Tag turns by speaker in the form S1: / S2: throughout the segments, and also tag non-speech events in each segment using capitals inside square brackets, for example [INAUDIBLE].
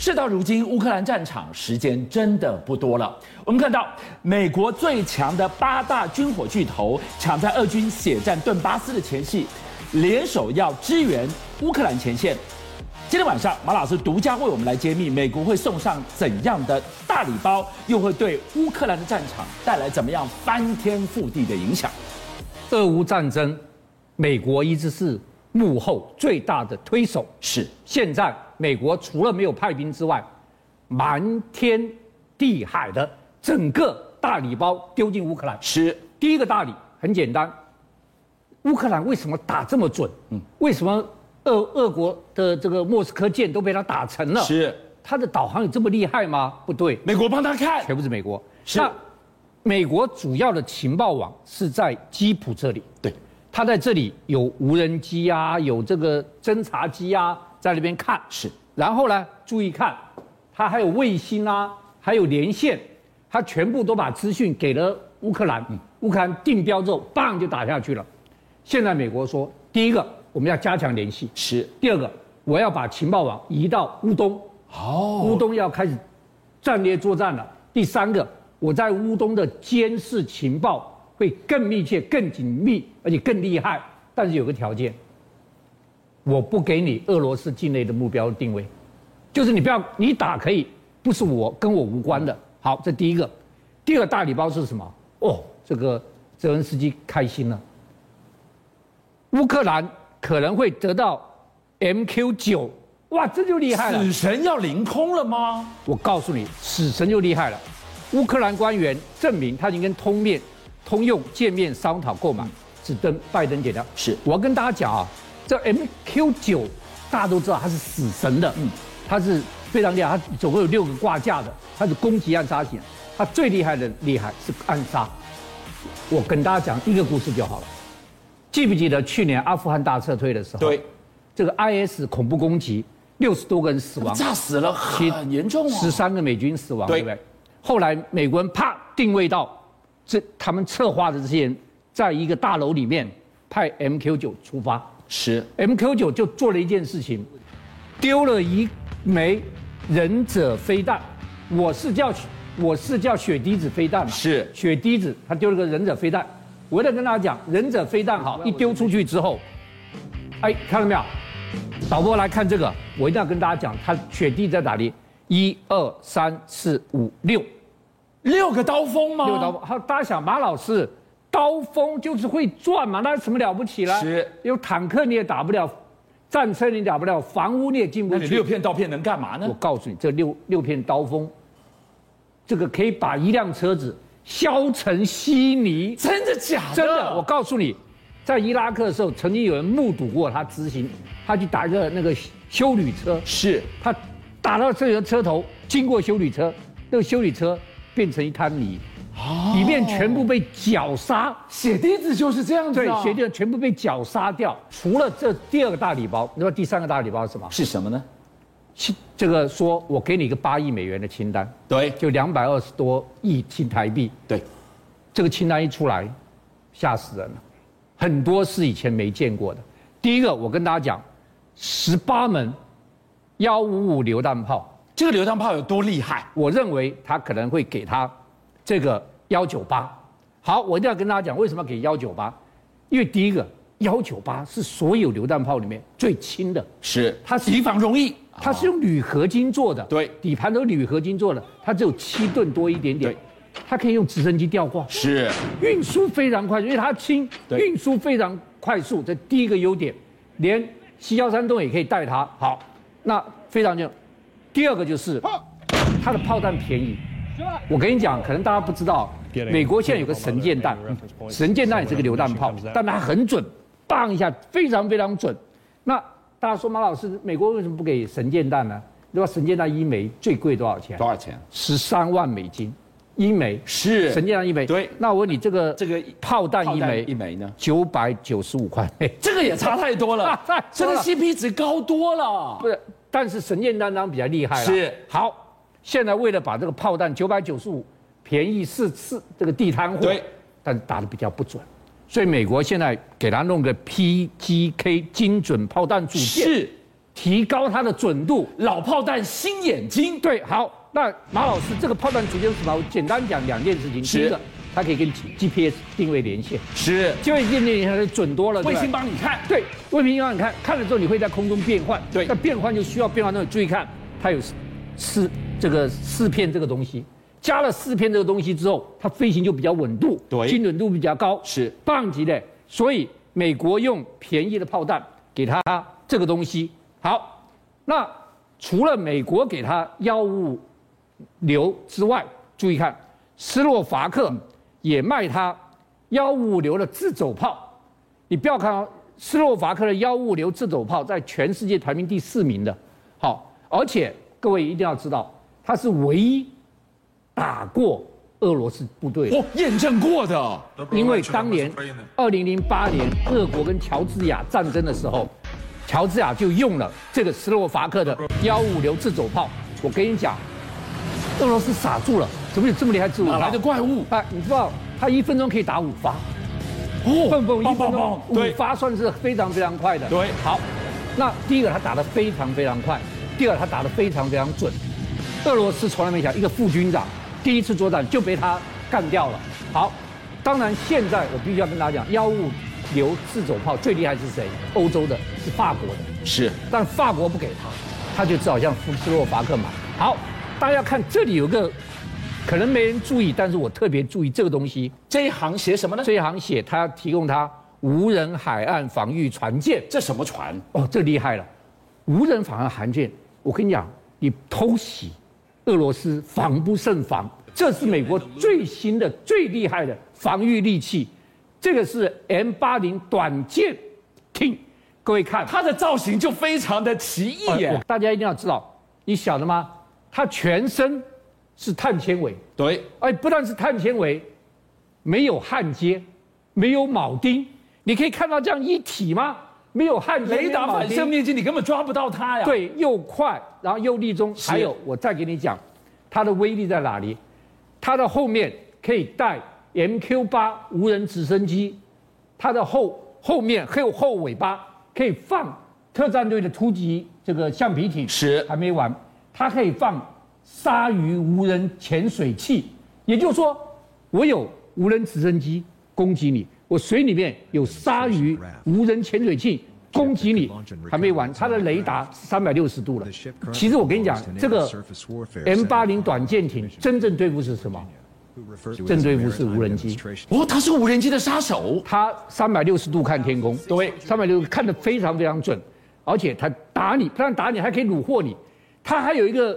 S1: 事到如今，乌克兰战场时间真的不多了。我们看到，美国最强的八大军火巨头抢在俄军血战顿巴斯的前夕，联手要支援乌克兰前线。今天晚上，马老师独家为我们来揭秘美国会送上怎样的大礼包，又会对乌克兰的战场带来怎么样翻天覆地的影响。
S2: 俄乌战争，美国一直是幕后最大的推手。
S1: 是，
S2: 现在美国除了没有派兵之外，瞒天地海的整个大礼包丢进乌克兰。
S1: 是，
S2: 第一个大礼很简单，乌克兰为什么打这么准？嗯，为什么俄俄国的这个莫斯科舰都被他打沉了？
S1: 是，
S2: 他的导航有这么厉害吗？不对，
S1: 美国帮他看。
S2: 全部是美国。
S1: 是
S2: 那美国主要的情报网是在基辅这里，
S1: 对，
S2: 他在这里有无人机啊，有这个侦察机啊，在那边看。
S1: 是，
S2: 然后呢，注意看，他还有卫星啊，还有连线，他全部都把资讯给了乌克兰。乌克兰定标之后，棒就打下去了。现在美国说，第一个我们要加强联系，
S1: 是，
S2: 第二个我要把情报网移到乌东。
S1: 哦，
S2: 乌东要开始战略作战了。第三个，我在乌东的监视情报会更密切、更紧密，而且更厉害。但是有个条件，我不给你俄罗斯境内的目标定位，就是你不要你打可以，不是我跟我无关的。好，这第一个。第二大礼包是什么？哦，这个泽连斯基开心了。乌克兰可能会得到 MQ 九，哇，这就厉害了！
S1: 死神要凌空了吗？
S2: 我告诉你，死神就厉害了。乌克兰官员证明他已经跟通面、通用见面商讨购买，只登拜登解掉。
S1: 是
S2: 我要跟大家讲啊，这 MQ 九大家都知道它是死神的，嗯，它是非常厉害，它总共有六个挂架的，它是攻击暗杀型，它最厉害的厉害是暗杀。我跟大家讲一个故事就好了，记不记得去年阿富汗大撤退的时候？，
S1: 对，
S2: 这个 IS 恐怖攻击，六十多个人死亡，
S1: 炸死了，很严重啊。
S2: 十三个美军死亡，
S1: 对
S2: 对不对？后来美国人啪定位到这他们策划的这些人，在一个大楼里面派 MQ 九出发
S1: 是，
S2: ，MQ 九就做了一件事情，丢了一枚忍者飞弹，我是叫我是叫雪滴子飞弹嘛，
S1: 是
S2: 雪滴子，他丢了个忍者飞弹。我在跟大家讲，忍者飞弹好，一丢出去之后，哎，看到没有？导播来看这个，我一定要跟大家讲，它雪地在哪里？一二三四五六
S1: 六个刀锋吗？
S2: 六刀锋。好，大家想，马老师，刀锋就是会转嘛，那有什么了不起啦？
S1: 是
S2: 有坦克你也打不了，战车你打不了，房屋你也进不
S1: 那
S2: 去
S1: 你。六片刀片能干嘛呢
S2: 我？告诉你，这六六片刀锋，这个可以把一辆车子削成稀泥。
S1: 真的假的？
S2: 真的，我告诉你，在伊拉克的时候，曾经有人目睹过他执行，他去打一个那个修旅车，
S1: 是
S2: 他打到这个车头，经过修旅车，那个修旅车变成一滩泥，里面全部被绞杀，
S1: 血滴子就是这样子
S2: 对，
S1: 啊。
S2: 学弟全部被绞杀掉。除了这第二个大礼包，你知道第三个大礼包是什么？
S1: 是什么呢？
S2: 是这个说我给你一个八亿美元的清单，
S1: 对
S2: 就两百二十多亿新台币，
S1: 对，
S2: 这个清单一出来，吓死人了，很多是以前没见过的。第一个，我跟大家讲，十八门幺五五榴弹炮，
S1: 这个榴弹炮有多厉害？
S2: 我认为他可能会给他这个幺九八。好，我一定要跟大家讲，为什么要给幺九八？因为第一个，幺九八是所有榴弹炮里面最轻的，
S1: 是
S2: 它是
S1: 提防容易，
S2: 它是用铝合金做的，
S1: 对
S2: 底盘都是铝合金做的，它只有七吨多一点点
S1: 对，
S2: 它可以用直升机吊挂。
S1: 是
S2: 运输非常快，因为它轻，
S1: 对
S2: 运输非常快速，这第一个优点，连西郊山洞也可以带它。好，那非常就，第二个就是它的炮弹便宜。我跟你讲，可能大家不知道，美国现在有个神箭弹，神箭弹也是个榴弹炮，但它很准，棒一下非常非常准。那大家说马老师，美国为什么不给神箭弹呢？你知道神箭弹一枚最贵多少钱？
S1: 多少钱？
S2: 十三万美金，一枚。
S1: 是
S2: 神箭弹一枚。
S1: 对
S2: 那我问你，这个
S1: 这个
S2: 炮弹一
S1: 炮
S2: 枚
S1: 弹一枚呢？
S2: 九百九十五块，
S1: 这个也差 [LAUGHS] 太多
S2: 太多
S1: 了
S2: 了，
S1: 这个 CP 值高多了。
S2: 不是？但是神箭弹当然比较厉害了。
S1: 是
S2: 好，现在为了把这个炮弹九百九十五便宜是是这个地摊货，
S1: 对，
S2: 但是打的比较不准，所以美国现在给他弄个 PGK 精准炮弹组件，
S1: 是
S2: 提高它的准度。
S1: 老炮弹新眼睛，
S2: 对，好，那马老师这个炮弹逐渐什么？我简单讲两件事情。
S1: 是
S2: 第一个，它可以跟 GPS 定位连线，
S1: 是
S2: 定位定位连线它就准多了。对
S1: 卫
S2: 吧
S1: 星帮你看，
S2: 对，卫星让你看，看了之后你会在空中变换。
S1: 对
S2: 那变换就需要变换东西，注意看，它有四这个四片这个东西，加了四片这个东西之后，它飞行就比较稳度，
S1: 对
S2: 精准度比较高，
S1: 是
S2: 棒级的。所以美国用便宜的炮弹给它这个东西。好，那除了美国给它药物流之外，注意看，斯洛伐克也卖它幺五流的自走炮。你不要看哦，斯洛伐克的幺五流自走炮在全世界排名第四名的，好，而且各位一定要知道，它是唯一打过俄罗斯部队的。
S1: 哦，验证过的，
S2: 因为当年二零零八年俄国跟乔治亚战争的时候，乔治亚就用了这个斯洛伐克的幺五流自走炮。我跟你讲，俄罗斯傻住了，怎么有这么厉害自走
S1: 哪来
S2: 炮
S1: 的？怪物？
S2: 啊，你知道他一分钟可以打五发，
S1: 哦，
S2: 蹦蹦一
S1: 棒
S2: 分
S1: 棒
S2: 钟
S1: 棒，
S2: 五
S1: 对
S2: 发算是非常非常快的。
S1: 对，
S2: 好，那第一个他打得非常非常快，第二他打得非常非常准。俄罗斯从来没想一个副军长第一次作战就被他干掉了。好，当然现在我必须要跟大家讲，幺五流自走炮最厉害是谁？欧洲的是法国的，
S1: 是
S2: 但法国不给他，他就只好向斯洛伐克买。好，大家看这里有个，可能没人注意，但是我特别注意这个东西。
S1: 这一行写什么呢？
S2: 这一行写他要提供他无人海岸防御船舰，
S1: 这什么船？
S2: 哦，这厉害了！无人防岸舰，我跟你讲，你偷袭俄罗斯防不胜防，这是美国最新的、最厉害的防御利器。这个是 M 八零短舰艇，各位看，
S1: 它的造型就非常的奇异
S2: 我
S1: 耶。
S2: 大家一定要知道，你晓得吗？它全身是碳纤维，
S1: 对，
S2: 哎，不但是碳纤维，没有焊接，没有铆钉，你可以看到这样一体吗？没有焊接，
S1: 雷达反射
S2: 面。
S1: 面积你根本抓不到它呀。，
S2: 对，又快，然后又立中。
S1: 是
S2: 还有，我再给你讲，它的威力在哪里？它的后面可以带 MQ 八无人直升机，它的后后面还有后尾巴可以放特战队的突击这个橡皮艇。
S1: 是
S2: 还没完，它可以放鲨鱼无人潜水器，也就是说，我有无人直升机攻击你，我水里面有鲨鱼无人潜水器攻击你，还没完，它的雷达是三百六十度了。其实我跟你讲，这个 M 八零短舰艇真正对付是什么？
S3: 正对付是无人机。
S1: 哦，它是无人机的杀手。
S2: 它三百六十度看天空，
S1: 对
S2: 三百六十看得非常非常准，而且它打你，不但打你，还可以虏获你，它还有一个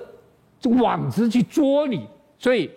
S2: 网子去捉你，所以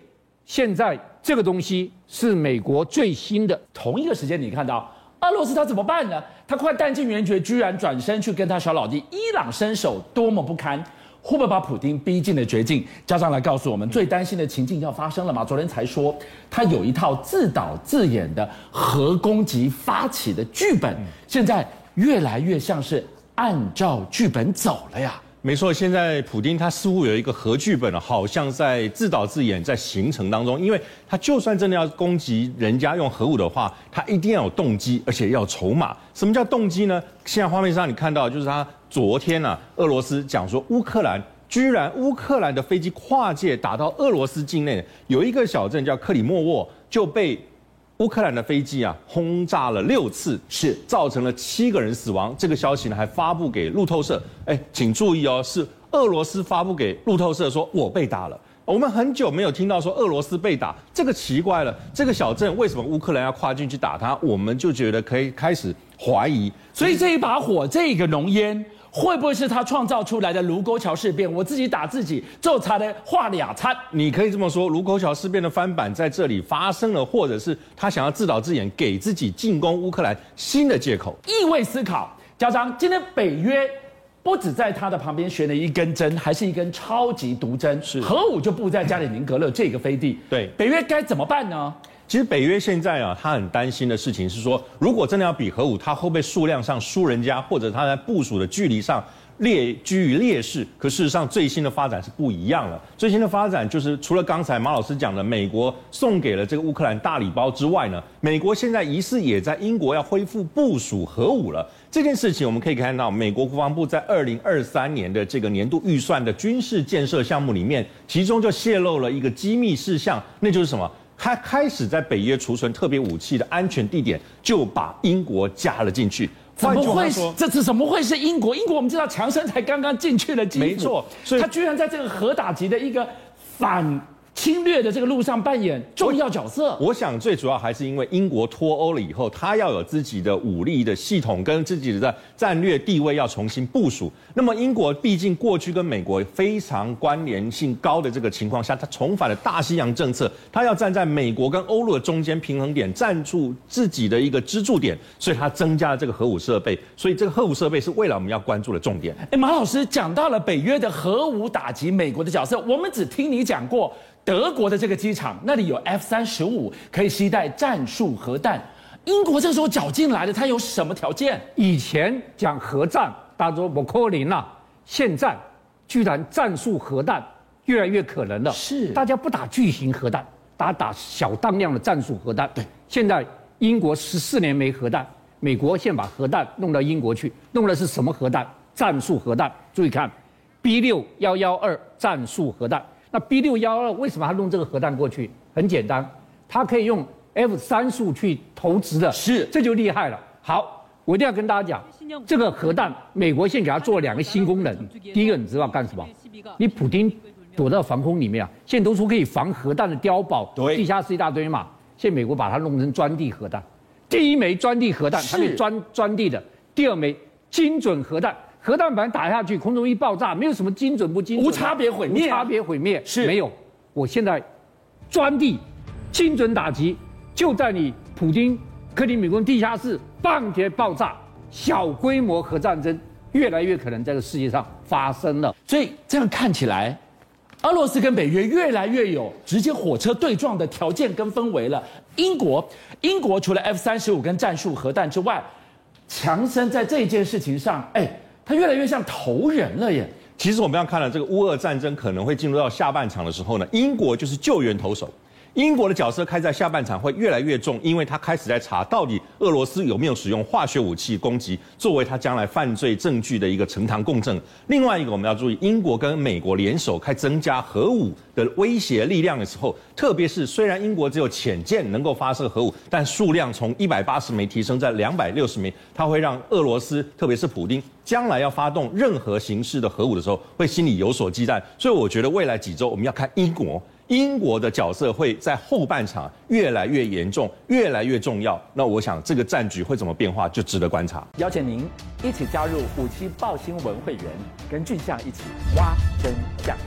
S2: 现在这个东西是美国最新的，
S1: 同一个时间，你看到俄罗斯他怎么办呢？他快弹尽援绝，居然转身去跟他小老弟伊朗伸手，多么不堪！会不会把普京逼进了绝境？加上来告诉我们，最担心的情境要发生了嘛？昨天才说，他有一套自导自演的核攻击发起的剧本，现在越来越像是按照剧本走了呀。
S4: 没错，现在普丁他似乎有一个核剧本了，好像在自导自演在形成当中。因为他就算真的要攻击人家用核武的话，他一定要有动机，而且要有筹码。什么叫动机呢？现在画面上你看到，就是他昨天呢、啊，俄罗斯讲说乌克兰。居然乌克兰的飞机跨界打到俄罗斯境内，有一个小镇叫克里莫沃就被乌克兰的飞机啊轰炸了六次，是造成了七个人死亡。这个消息呢还发布给路透社，哎，请注意哦，是俄罗斯发布给路透社说我被打了。我们很久没有听到说俄罗斯被打，这个奇怪了。这个小镇为什么乌克兰要跨进去打他？我们就觉得可以开始怀疑。
S1: 所以这一把火，这个浓烟，会不会是他创造出来的卢沟桥事变？我自己打自己，就差的画俩餐。
S4: 你可以这么说，卢沟桥事变的翻版在这里发生了，或者是他想要自导自演，给自己进攻乌克兰新的借口。
S1: 意味思考。加上今天北约不止在他的旁边悬了一根针，还是一根超级毒针，
S4: 是
S1: 核武就布在加里宁格勒这个飞地。
S4: 对
S1: 北约该怎么办呢？
S4: 其实北约现在啊，他很担心的事情是说，如果真的要比核武，他会不会数量上输人家，或者他在部署的距离上劣居于劣势。可事实上，最新的发展是不一样了。最新的发展就是，除了刚才马老师讲的美国送给了这个乌克兰大礼包之外呢，美国现在疑似也在英国要恢复部署核武了。这件事情我们可以看到，美国国防部在二零二三年的这个年度预算的军事建设项目里面，其中就泄露了一个机密事项，那就是什么？他开始在北约储存特别武器的安全地点，就把英国加了进去。
S1: 怎
S4: 换
S1: 么
S4: 句话
S1: 会是
S4: 说？
S1: 这次怎么会是英国？英国我们知道强生才刚刚进去了基辅，
S4: 没错所以
S1: 他居然在这个核打击的一个反侵略的这个路上扮演重要角色。
S4: 我想最主要还是因为英国脱欧了以后，它要有自己的武力的系统跟自己的战略地位要重新部署。那么英国毕竟过去跟美国非常关联性高的这个情况下，它重返了大西洋政策，它要站在美国跟欧陆的中间平衡点，站住自己的一个支柱点，所以它增加了这个核武设备。所以这个核武设备是未来我们要关注的重点。
S1: 哎，马老师讲到了北约的核武打击美国的角色，我们只听你讲过德国的这个机场，那里有 F 三十五可以携带战术核弹。英国这时候搅进来了，它有什么条件？
S2: 以前讲核战，大家说不可能啦、现在居然战术核弹越来越可能了。
S1: 是
S2: 大家不打巨型核弹，打打小当量的战术核弹。对，现在英国十四年没核弹，美国现把核弹弄到英国去，弄的是什么核弹？战术核弹。注意看，B 六幺幺二战术核弹。那 B 六幺二为什么他弄这个核弹过去？很简单，它可以用 F 三十五去投掷的。
S1: 是
S2: 这就厉害了。好，我一定要跟大家讲，这个核弹，美国现在给它做两个新功能。第一个，你知道干什么？你普京躲到防空里面啊，现在都说可以防核弹的碉堡，
S4: 对
S2: 地下室一大堆嘛。现在美国把它弄成钻地核弹，第一枚钻地核弹，
S1: 是
S2: 它可以钻钻地的；第二枚精准核弹，核弹反正打下去，空中一爆炸，没有什么精准不精准的，
S1: 无差别毁灭啊
S2: 无差别毁灭
S1: 是
S2: 没有。我现在专地精准打击，就在你普京克里米宫地下室半截爆炸，小规模核战争越来越可能在这个世界上发生了。
S1: 所以这样看起来，俄罗斯跟北约越来越有直接火车对撞的条件跟氛围了。英国，英国除了 F 三十五跟战术核弹之外，强森在这件事情上，哎，他越来越像头人了耶。
S4: 其实我们要看了这个乌俄战争可能会进入到下半场的时候呢，英国就是救援投手。英国的角色开在下半场会越来越重，因为他开始在查到底俄罗斯有没有使用化学武器攻击，作为他将来犯罪证据的一个呈堂供证。另外一个我们要注意，英国跟美国联手开增加核武的威胁力量的时候，特别是虽然英国只有潜舰能够发射核武，但数量从一百八十枚提升在两百六十枚，它会让俄罗斯，特别是普丁，将来要发动任何形式的核武的时候，会心里有所忌惮。所以我觉得未来几周我们要看英国，英国的角色会在后半场越来越严重，越来越重要。那我想这个战局会怎么变化，就值得观察。
S1: 邀请您一起加入五七报新闻会员，跟俊相一起挖真相。